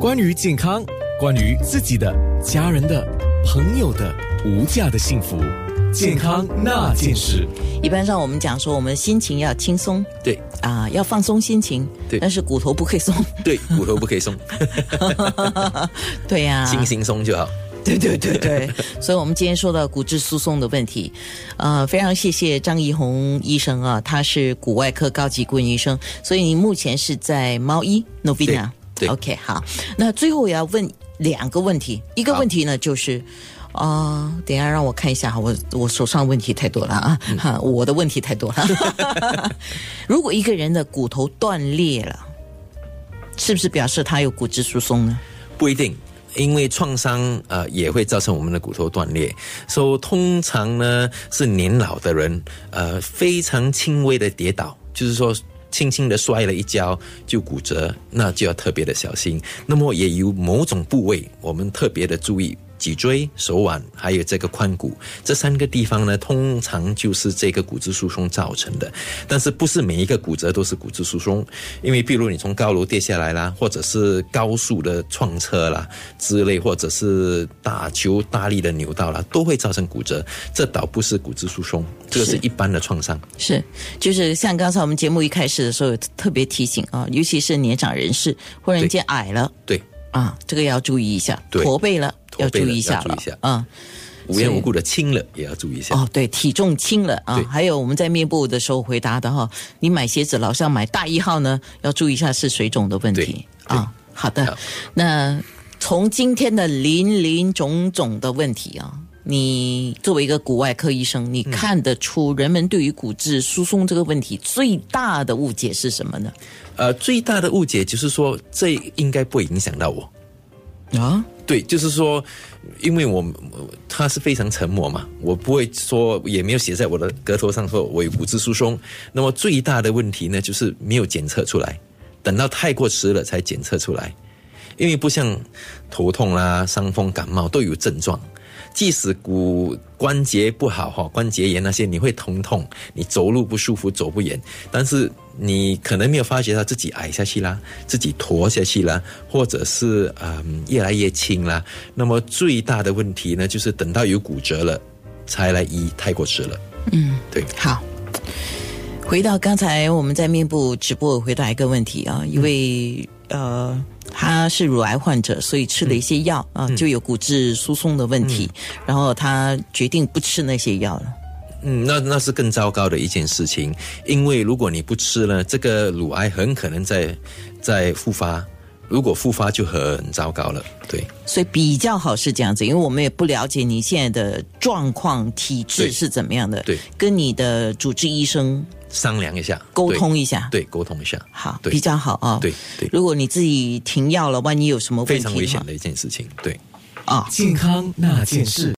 关于健康，关于自己的、家人的、朋友的无价的幸福，健康那件事。一般上我们讲说，我们心情要轻松对啊、要放松心情，对但是骨头不可以松， 对，骨头不可以松，对呀、轻轻松就好。 对对对对，所以我们今天说到骨质疏松的问题，呃，非常谢谢张怡红医生啊，他是骨外科高级顾问医生，所以你目前是在猫医 Novina，对对 o k 好，那最后我要问两个问题，一个问题呢就是。啊、等一下让我看一下哈，我我手上问题太多了啊，嗯哈，我的问题太多了。 如果一个人的骨头断裂了，是不是表示他有骨质疏松呢？不一定，因为创伤呃也会造成我们的骨头断裂，所、以通常呢是年老的人呃非常轻微的跌倒，就是说。轻轻的摔了一跤就骨折，那就要特别的小心。那么也有某种部位，我们特别的注意，脊椎、手腕，还有这个髋骨这三个地方呢，通常就是这个骨质疏松造成的。但是不是每一个骨折都是骨质疏松，因为比如你从高楼跌下来啦，或者是高速的撞车啦之类，或者是打球大力的扭到啦，都会造成骨折。这倒不是骨质疏松，这个是是一般的创伤。是，就是像刚才我们节目一开始的时候有特别提醒啊，尤其是年长人士，忽然间矮了对，啊，这个要注意一下；对驼背了驼背注了意一下要注了意一下啊。无缘所以无故的轻了也要注意一下。哦，对，体重轻了啊对，还有我们在面部的时候回答的哈，你买鞋子老是要买大一号呢，要注意一下是水肿的问题对啊。好的，好那从今天的林林种种的问题啊，你作为一个骨外科医生，你嗯看得出人们对于骨质疏松这个问题最大的误解是什么呢？呃，最大的误解就是说，这应该不会影响到我。啊，对，就是说，因为我我他是非常沉默嘛，我不会说，也没有写在我的额头上说我有骨质疏松。那么最大的问题呢，就是没有检测出来，等到太过迟了才检测出来，因为不像头痛啦、伤风感冒都有症状。即使骨关节不好哈，关节炎那些你会疼痛，你走路不舒服，走不远，但是你可能没有发觉到自己矮下去啦，自己驼下去啦，或者是嗯越来越轻啦。那么最大的问题呢，就是等到有骨折了才来医，太过迟了。嗯，对，好。回到刚才我们在面部直播有回答一个问题嗯啊，因为、呃他是乳癌患者，所以吃了一些药、嗯啊，就有骨质疏松的问题，然后他决定不吃那些药了。嗯，那那是更糟糕的一件事情，因为如果你不吃呢，这个乳癌很可能在在复发，如果复发就很糟糕了。对。所以比较好是这样子，因为我们也不了解你现在的状况、体质对是怎么样的，对跟你的主治医生商量一下，沟对通一下，对，沟通一下，好，对比较好啊、对对如果你自己停药了，万一有什么问非题的常话，危险的一件事情，对。啊。健康那件事。